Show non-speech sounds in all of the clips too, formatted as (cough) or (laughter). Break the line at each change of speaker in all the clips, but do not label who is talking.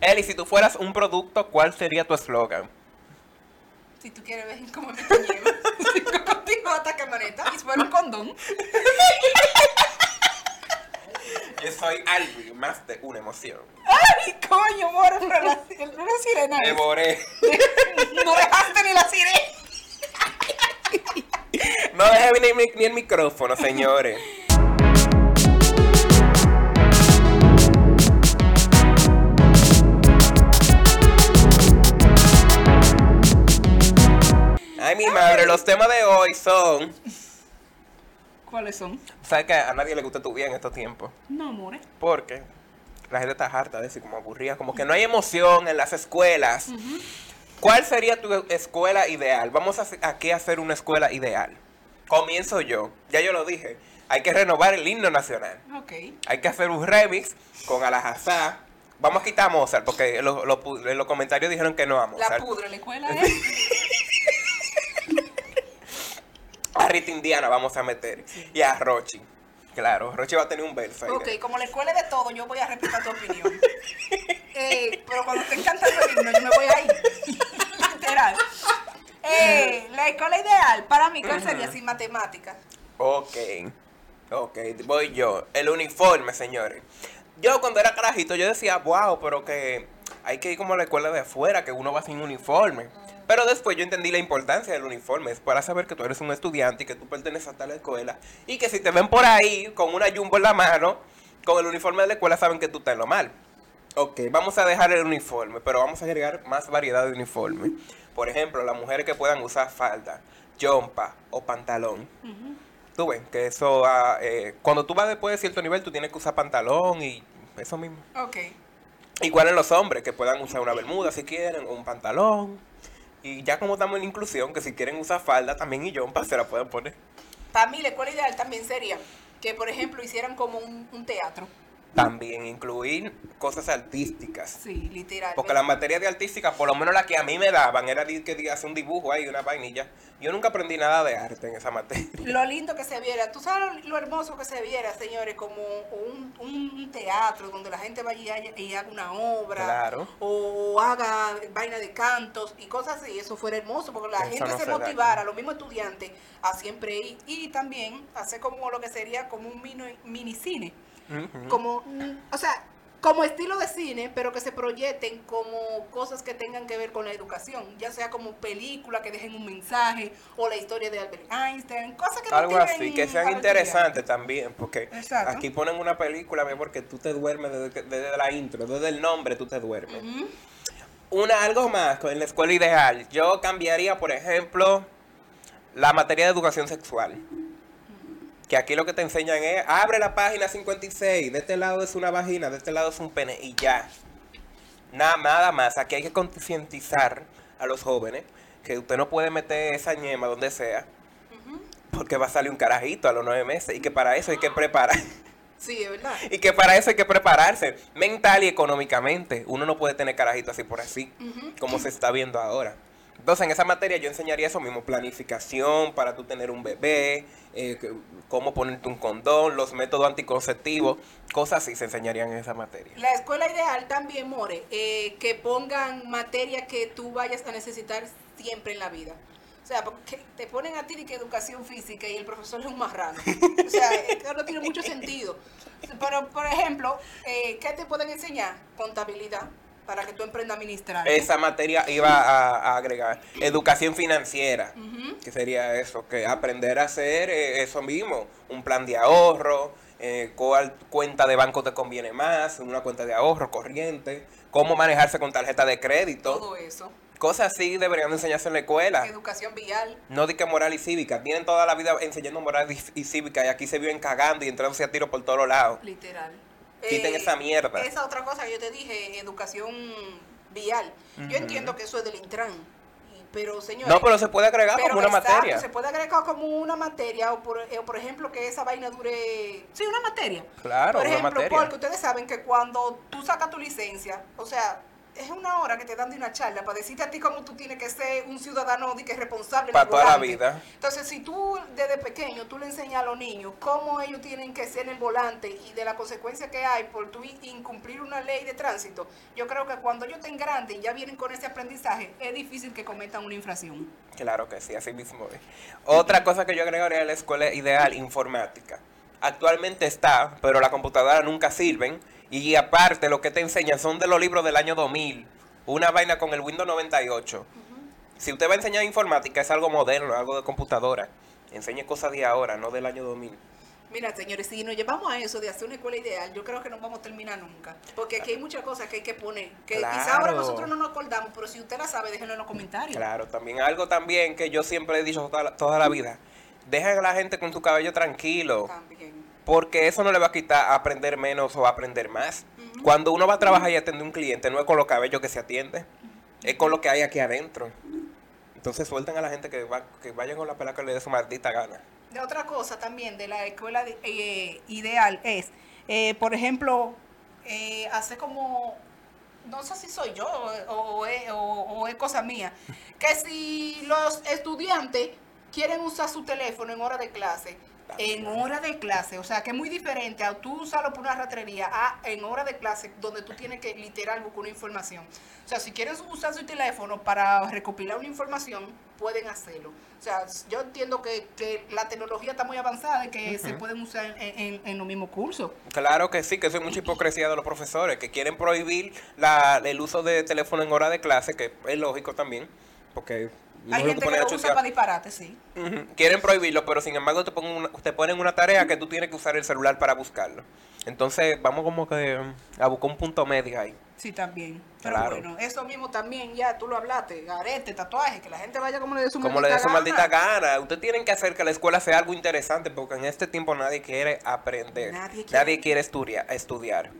Eli, si tú fueras un producto, ¿cuál sería tu eslogan?
Si tú quieres ver cómo me te llevo, sigo contigo hasta camioneta y fuera un condón.
Yo soy Albi, más de una emoción.
¡Ay, coño, moro! Pero la, (laughs) pero la sirena es.
Devoré.
No dejaste ni la sirena.
No dejé venir mi- ni el micrófono, señores. Ay, mi madre, los temas de hoy son...
¿Cuáles son?
¿Sabes que a nadie le gusta tu vida en estos tiempos?
No, amores.
Porque la gente está harta de decir como aburrida, como que no hay emoción en las escuelas. ¿Cuál sería tu escuela ideal? Vamos a hacer- aquí a hacer una escuela ideal. Comienzo yo, ya yo lo dije, hay que renovar el himno nacional.
Ok.
Hay que hacer un remix con Alajazá. Vamos a quitar a Mozart, porque lo- lo pu- en los comentarios dijeron que no a
La
Mozart.
pudre, la escuela ¿eh? es.
A Rita Indiana vamos a meter. Y a Rochi. Claro, Rochi va a tener un verso. ahí de-
Ok, como la escuela es de todo, yo voy a respetar tu opinión. Eh, pero cuando estén cantando el himno, yo me voy a ir. (laughs) Literal. Eh, la escuela ideal para mí, ¿cuál sería? Sin matemáticas.
Ok, ok, voy yo. El uniforme, señores. Yo cuando era carajito, yo decía, wow, pero que hay que ir como a la escuela de afuera, que uno va sin uniforme. Pero después yo entendí la importancia del uniforme. Es para saber que tú eres un estudiante y que tú perteneces a tal escuela. Y que si te ven por ahí con una jumbo en la mano, con el uniforme de la escuela, saben que tú estás en lo mal. Ok, vamos a dejar el uniforme, pero vamos a agregar más variedad de uniforme. Por ejemplo, las mujeres que puedan usar falda, jompa o pantalón. Tú ves que eso, ah, eh, cuando tú vas después de cierto nivel, tú tienes que usar pantalón y eso mismo.
Ok.
Igual en los hombres, que puedan usar una bermuda si quieren, o un pantalón. Y ya como estamos en la inclusión, que si quieren usar falda también y jumpa se la pueden poner.
Para mí, la escuela ideal también sería que, por ejemplo, hicieran como un, un teatro.
También incluir cosas artísticas.
Sí, literal.
Porque las materias de artística, por lo menos la que a mí me daban, era di- que di- hacer un dibujo ahí, una vainilla. Yo nunca aprendí nada de arte en esa materia.
Lo lindo que se viera, tú sabes lo, lo hermoso que se viera, señores, como un, un teatro donde la gente vaya y haya- y haga una obra,
Claro.
o haga vaina de cantos y cosas así, eso fuera hermoso, porque la
Eso
gente
no
se
se da
motivara,
aquí.
los mismos estudiantes, a siempre ir, y también hacer como lo que sería como un mini, minicine,
Ujú.
como, mm, o sea, como estilo de cine, pero que se proyecten como cosas que tengan que ver con la educación, ya sea como película que dejen un mensaje o la historia de Albert Einstein, cosas que
Algo
motiven
así, que
al
sean
estudiante.
interesantes también, porque
Exacto.
aquí ponen una película, mi amor, que tú te duermes desde, que- desde la intro, desde el nombre tú te duermes.
Ujú.
Una, algo más con la escuela ideal. Yo cambiaría, por ejemplo, la materia de educación sexual. Que aquí lo que te enseñan es, abre la página 56, de este lado es una vagina, de este lado es un pene y ya. Nada, nada más, aquí hay que concientizar a los jóvenes que usted no puede meter esa ñema donde sea, porque va a salir un carajito a los nueve meses y que para eso hay que preparar.
Sí, es verdad.
(laughs) Y que para eso hay que prepararse mental y económicamente. Uno no puede tener carajito así por así, como se está viendo ahora. Entonces, en esa materia yo enseñaría eso mismo, planificación para tú tener un bebé, eh, que- cómo ponerte un condón, los métodos anticonceptivos, cosas así se enseñarían en esa materia.
La escuela ideal también, More, eh, que pongan materia que tú vayas a necesitar siempre en la vida. O sea, porque te ponen a ti de que educación física y el profesor es un marrano. O sea, es que no tiene mucho sentido. Pero, por ejemplo, eh, ¿qué te pueden enseñar? Contabilidad, para que tú emprendas a administrar.
Esa materia iba a, a agregar educación financiera, que sería eso, que aprender a hacer eh, eso mismo, un plan de ahorro, eh, cuál cuenta de banco te conviene más, una cuenta de ahorro corriente, cómo manejarse con tarjeta de crédito,
Todo eso.
cosas así deberían enseñarse en la escuela.
Educación vial.
No di que moral y cívica, tienen toda la vida enseñando moral y, y cívica y aquí se viven cagando y entrándose a tiro por todos lados.
Literal. Eh,
Quiten esa mierda.
Esa otra cosa que yo te dije, educación vial. Yo entiendo que eso es del Intran, y- pero señores...
No, pero se puede agregar
pero
como una
exacto,
materia.
Se puede agregar como una materia, o por, eh, por ejemplo, que esa vaina dure... Sí, una materia.
Claro,
Por
una
ejemplo,
materia.
porque ustedes saben que cuando tú sacas tu licencia, o sea, es una hora que te dan de una charla para decirte a ti cómo tú tienes que ser un ciudadano de que es responsable.
Para toda la
volante.
vida.
Entonces, si tú desde pequeño tú le enseñas a los niños cómo ellos tienen que ser en el volante y de la consecuencia que hay por tú incumplir una ley de tránsito, yo creo que cuando ellos estén grandes y ya vienen con ese aprendizaje, es difícil que cometan una infracción.
Claro que sí, así mismo es. Otra cosa que yo agregaría a la escuela ideal, informática. Actualmente está, pero las computadoras nunca sirven. Y aparte, lo que te enseñan son de los libros del año 2000. Una vaina con el Windows 98. Si usted va a enseñar informática, es algo moderno, algo de computadora. Enseñe cosas de ahora, no del año 2000.
Mira, señores, si nos llevamos a eso de hacer una escuela ideal, yo creo que no vamos a terminar nunca. Porque aquí hay muchas cosas que hay que poner. Que quizá ahora
Claro.
nosotros no nos acordamos, pero si usted la sabe, déjenlo en los comentarios.
Claro, también algo también que yo siempre he dicho toda la, toda la vida. Dejen a la gente con su cabello tranquilo.
También.
Porque eso no le va a quitar aprender menos o aprender más. Cuando uno va a trabajar y atender un cliente, no es con los cabellos que se atiende, es con lo que hay aquí adentro. Entonces sueltan a la gente que, va, que vayan con la pela que le dé su maldita gana.
De otra cosa también de la escuela de- eh, ideal es, eh, por ejemplo, eh, hace como, no sé si soy yo o, o- o es- o- o es cosa mía, que si los estudiantes quieren usar su teléfono en hora de clase, en hora de clase, o sea que es muy diferente a tú usarlo por una ratrería a en hora de clase donde tú tienes que literal buscar una información. O sea, si quieres usar su teléfono para recopilar una información, pueden hacerlo. O sea, yo entiendo que, que la tecnología está muy avanzada y que se pueden usar en, en- en los mismos cursos.
Claro que sí, que eso es mucha hipocresía de los profesores, que quieren prohibir la- el uso de teléfono en hora de clase, que es lógico también, porque no
Hay
es lo
gente que
ponen a
lo usa
chutear.
para disparate, sí.
Ujú, Quieren prohibirlo, pero sin embargo te ponen, una, te ponen una tarea que tú tienes que usar el celular para buscarlo. Entonces vamos como que mm, a buscar un punto medio ahí.
Sí, también. Pero
Claro.
bueno, eso mismo también, ya tú lo hablaste, arete, tatuaje, que la gente vaya como le dé su
Como le dé su maldita gana. Ustedes tienen que hacer que la escuela sea algo interesante porque en este tiempo nadie quiere aprender.
Nadie quiere.
quiere estudia- estudiar.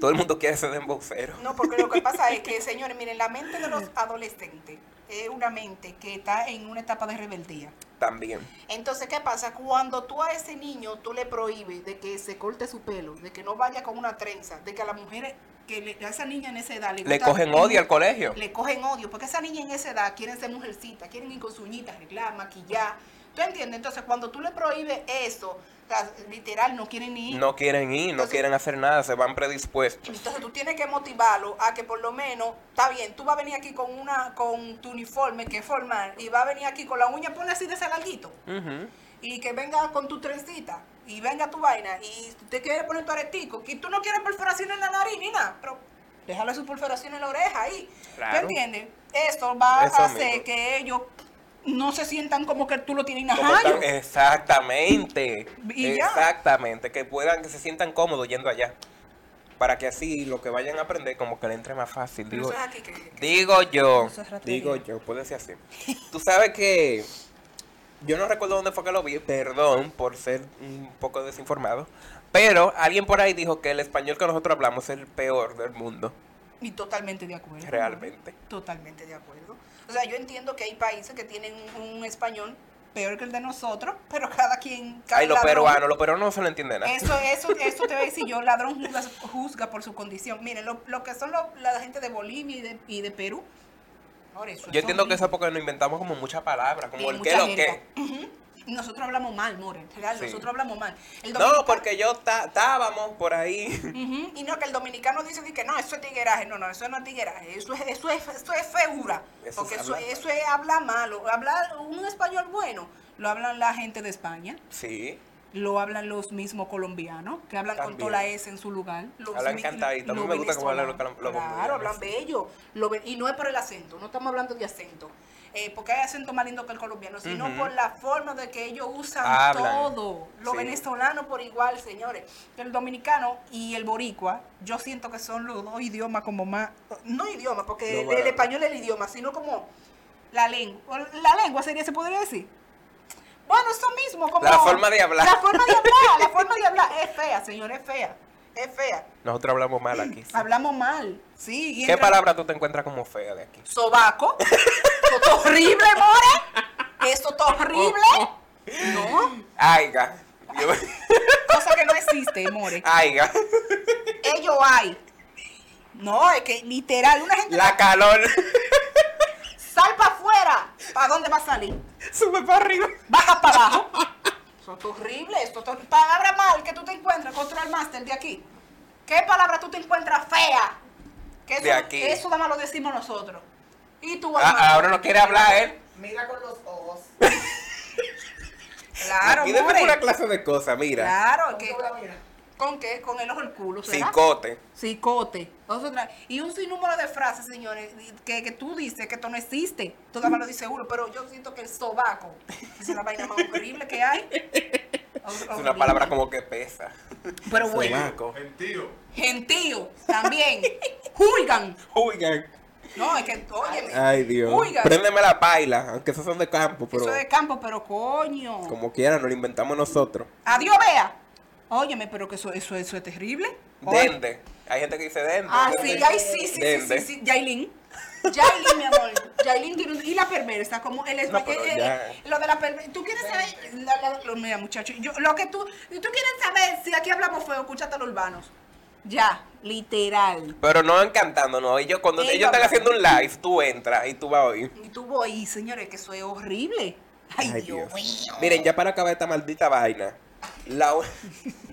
Todo el mundo quiere ser dembocero.
No, porque lo que pasa
(laughs)
es que, señores, miren, la mente de los adolescentes es una mente que está en una etapa de rebeldía.
También.
Entonces, ¿qué pasa? Cuando tú a ese niño tú le prohíbes de que se corte su pelo, de que no vaya con una trenza, de que a las mujeres, que le- a esa niña en esa edad le,
Le
gusta-
cogen odio al colegio.
Le cogen odio, porque esa niña en esa edad quieren ser mujercita, quieren ir con su uñita, arreglar, maquillar. ¿Tú entiendes? Entonces, cuando tú le prohíbes eso, o sea, literal, no quieren ni ir.
No quieren ir, no
Entonces-
quieren hacer nada, se van predispuestos.
Entonces tú tienes que motivarlo a que por lo menos, está bien, tú vas a venir aquí con una con tu uniforme que es formal y va a venir aquí con la uña, ponle así de ese larguito
Ujú.
y que venga con tu trencita y venga tu vaina y te quieres poner tu aretico, que tú no quieres perforación en la nariz ni nada, pero déjale su perforación en la oreja ahí.
Claro.
¿Tú entiendes? Esto va
Eso
a hacer
mismo.
que ellos no se sientan como que tú lo tienes
Como
najayo.
tan- exactamente.
Y ya.
exactamente. Que puedan, que se sientan cómodos yendo allá. Para que así lo que vayan a aprender como que le entre más fácil.
Pero
Digo,
eso es aquí que- que-
Digo yo,
Eso es ratería.
digo yo, puede ser así. Tú sabes que yo no recuerdo dónde fue que lo vi, perdón por ser un poco desinformado, pero alguien por ahí dijo que el español que nosotros hablamos es el peor del mundo,
Y totalmente de acuerdo.
realmente.
Totalmente de acuerdo. O sea, yo entiendo que hay países que tienen un, un español peor que el de nosotros, pero cada quien... Cada
Ay, los
ladrón-
peruanos, los peruanos no se lo entienden. nada.
Eso, eso, eso te voy a decir yo, ladrón juzga, juzga por su condición. Miren, lo, lo que son lo- la gente de Bolivia y de, y de Perú. señores, eso
Yo entiendo que
horrible.
eso es porque nos inventamos como muchas palabras, como
Y
el
mucha
que lo
jerga.
que.
Ujú. Nosotros hablamos mal, More. Real,
Sí.
nosotros hablamos mal. El
No,
dominicano-
porque yo ta- estábamos por ahí. (laughs)
Ujú, Y no, que el dominicano dice di que no, eso es tigueraje. No, no, eso no es tigueraje. Eso es, eso es, eso es feura.
Eso
porque
es
eso,
hablar mal.
eso es habla malo. Hablar un español bueno lo hablan la gente de España.
Sí,
Lo hablan los mismos colombianos, que hablan
También.
con toda la S en su lugar. Los
Hablan
mi-
cantadito, a mí
los
me gusta cómo hablan los
venezolanos.
colom- los
Claro, hablan
colombianos,
bello. Lo ve- y no es por el acento, no estamos hablando de acento. eh, porque hay acento más lindo que el colombiano, sino
Ujú.
por la forma de que ellos usan
Hablan.
todo. Los
Sí.
venezolanos por igual, señores. El dominicano y el boricua, yo siento que son los dos idiomas como más... No idiomas,
Los
porque el, el
bárbaros.
español es el idioma, sino como la lengua. La lengua sería, se podría decir. Bueno, eso mismo, como...
La forma de hablar.
La forma de hablar, la forma de hablar. Es fea, señor, es fea. Es fea.
nosotros hablamos mal aquí. sí.
Hablamos mal. Sí. y
¿Qué
entra-
palabra tú te encuentras como fea de aquí?
Sobaco. Eso está horrible, more. Eso está horrible.
Oh,
No.
Aiga. Yo-
Cosa que no existe, more.
Aiga.
Ello hay. No, es que literal, una gente
La calor (laughs)
sal para afuera. ¿Para dónde va a salir?
sube para arriba.
Baja para abajo. Eso es horrible. Esto es palabra mal que tú te encuentras contra el máster de aquí. ¿Qué palabra tú te encuentras fea? Que eso,
De aquí.
Eso nada más lo decimos nosotros. Y tú,
Ah,
hermano.
ahora no quiere hablar ¿eh? él.
Mira con los ojos.
Claro,
Aquí tenemos
more.
una clase de cosas, mira.
Claro, que,
¿Cómo la mira?
¿con qué? Con el ojo al culo, ¿será?
Cicote.
Cicote. Nosotras- Y un sinnúmero de frases, señores, que, que tú dices que esto no existe. Tú nada más lo dices uno, pero yo siento que el sobaco es una vaina más horrible que hay.
(laughs) Es una palabra como que pesa.
Pero bueno.
Sobaco.
Gentío.
Gentío, también. Julgan.
Oigan.
No, es que, óyeme.
Ay, Dios.
Julgan.
Préndeme la paila, aunque esos son de campo, pero
Eso es de campo, pero coño.
como quiera, nos lo inventamos nosotros.
Adiós, vea. Óyeme, pero que eso, eso, eso es terrible. Oye.
Dende. Hay gente que dice dende.
Ah,
dende.
sí, ay, sí, sí, sí, sí,
Dende.
sí, Yailin. Yailin, mi amor. Yailin tiene un- Y la perversa, como el
No, pero
eh, eh,
ya.
Lo de la perversa. Tú quieres saber. la- la- lo- mira, muchacho. Yo, lo que tú. si Tú quieres saber si aquí hablamos feo, escúchate a los urbanos. Ya, literal.
Pero no encantándonos. Ellos, cuando
Ellos
ellos están
hablan.
haciendo un live, tú entras y tú vas a oír.
Y tú voy, señores, que eso es horrible. Ay, Dios. mío.
Miren, ya para acabar esta maldita vaina, la, u- (laughs)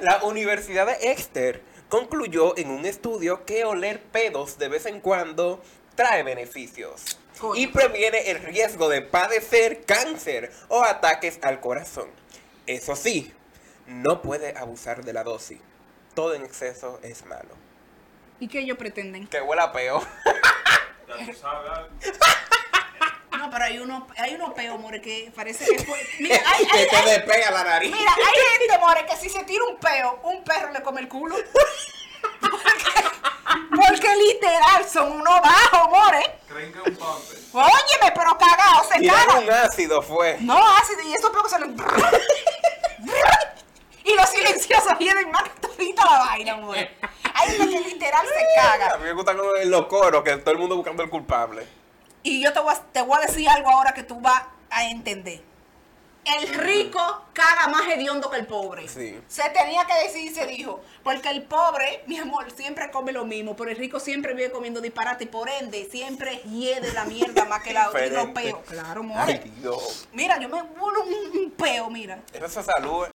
la Universidad de Exeter concluyó en un estudio que oler pedos de vez en cuando trae beneficios
Coño.
y previene el riesgo de padecer cáncer o ataques al corazón. Eso sí, no puede abusar de la dosis. Todo en exceso es malo.
¿Y qué ellos pretenden?
Que huela peor.
Ya tú sabes algo.
No, Ah, pero hay uno, hay uno peo, more, que parece que fue. (laughs)
(laughs)
Mira, hay,
que
hay,
te
hay-
despega la nariz.
Mira, hay gente, more, que si se tira un peo, un perro le come el culo. Porque, (laughs) porque literal son unos bajos, more.
Creen que es un pamper.
Óyeme, pero cagao, se
Tiraron un
cagan.
ácido fue.
No, ácido, y estos peos salen. y los silenciosos vienen más que todita la vaina, more. Hay gente que literal se caga.
A mí me gusta como en los coros que todo el mundo buscando el culpable.
Y yo te voy, a, te voy a decir algo ahora que tú vas a entender. El rico caga más hediondo que el pobre.
Sí.
Se tenía que decir y se dijo. Porque el pobre, mi amor, siempre come lo mismo. Pero el rico siempre vive comiendo disparate. Y por ende, siempre hiede la mierda más que la otra. Y los
Diferente.
peos. Claro,
Ay,
more.
Dios.
Mira, yo me vuelo un, un peo, mira. (laughs)
Eso es salud. eh.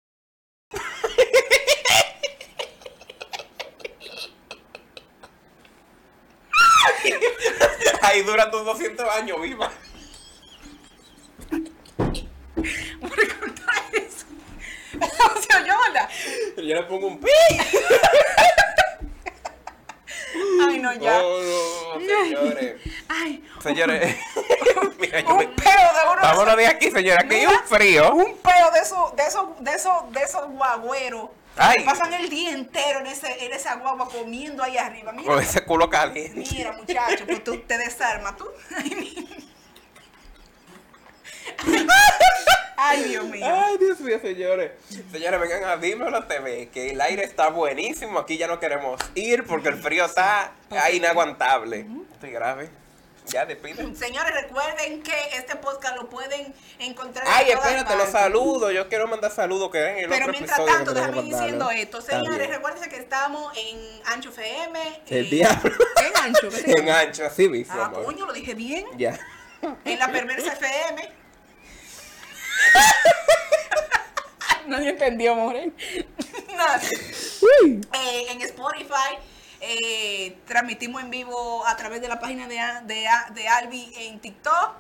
Ahí duran tus 200 años viva.
Por contar eso. O sea, yo, ¿verdad?
Yo le pongo un pi.
Ay, no, ya.
Oh, no, señores.
Ay,
Señores. (laughs) Mira, yo
un
me...
peo de uno.
Vámonos de aquí, señora. Aquí hay un frío.
Un peo de esos, de esos, de esos, de esos guagüeros.
Ay.
Que pasan el día entero en ese, en esa guagua comiendo ahí arriba. Mira,
Con ese culo caliente.
mira, muchacho, pues tú te desarmas tú. (laughs) Ay, mi- Ay, Dios mío.
Ay, Dios mío, señores. Señores, vengan a Dímelo TV, que el aire está buenísimo. Aquí ya no queremos ir porque el frío está ah, inaguantable. Estoy grave. Ya despiden.
Señores, recuerden que este podcast lo pueden encontrar en
Ay,
todas
espérate, los
partes.
saludos. Yo quiero mandar saludos que en el
Pero
otro
mientras
episodio
tanto,
que tenemos
déjame ir
que
diciendo
mandarlo.
esto.
Está
Señores,
bien.
recuerden que estamos en Ancho FM.
El
en-
diablo.
En Ancho, ¿qué
(laughs)
se
En
llama?
ancho, así mismo.
Ah,
amor.
coño, lo dije bien.
Ya.
en la perversa (laughs) FM. Nadie entendió, (laughs) more. en Spotify. eh, transmitimos en vivo a través de la página de, A- de, A- de Albi en TikTok.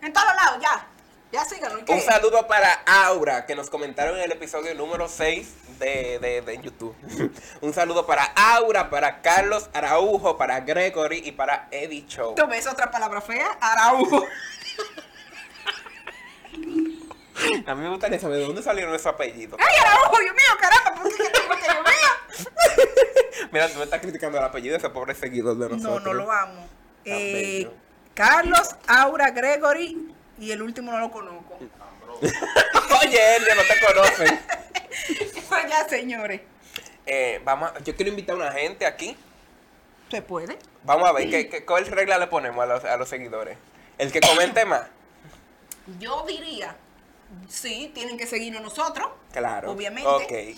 En todos lados, ya. Ya síganos. ¿y qué?
Un saludo para Aura, que nos comentaron en el episodio número 6 de, de- de YouTube. (laughs) Un saludo para Aura, para Carlos Araujo, para Gregory y para Eddie Show.
¿Tú ves otra palabra fea? (laughs) Araujo.
A mí me gustaría saber de dónde salieron esos apellidos.
¡Ay, Araujo! Dios mío, caramba. ¿Por qué es que tengo este que yo vea?
Mira, tú me estás criticando el apellido de ese pobre seguidor de
No,
nosotros.
no lo amo.
Tan
Eh,
bello.
Carlos, Aura, Gregory y el último no lo conozco.
(laughs) Oye, Elio, no te conocen.
(laughs) Pues ya, señores.
Eh, vamos a- yo quiero invitar a una gente aquí.
¿Se puede?
Vamos a ver qué, qué, cuál regla le ponemos a los, a los seguidores. El que comente más.
Yo diría, sí, tienen que seguirnos nosotros.
Claro.
Obviamente.
Ok.
Eh,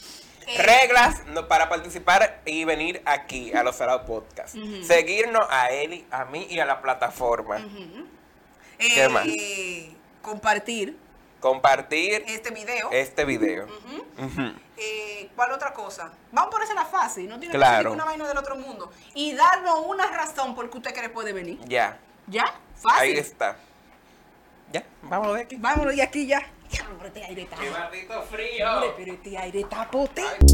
Reglas no- para participar y venir aquí a los Salados Podcast.
Ujú.
Seguirnos a Eli, a mí y a la plataforma.
ujú.
¿Qué
Eh,
más?
Compartir
Compartir
este video.
este video.
Ujú.
Ujú.
Eh, ¿Cuál otra cosa? Vamos por esa la fácil, no tiene que
Claro.
ser una vaina del otro mundo. Y darnos una razón por qué usted cree que puede venir.
Ya,
¿Ya?
ahí
Fácil.
está. Ya, vámonos de aquí.
Vámonos de aquí ya. Ya, hombre, este aire está.
maldito
Hombre, pero este aire está potente.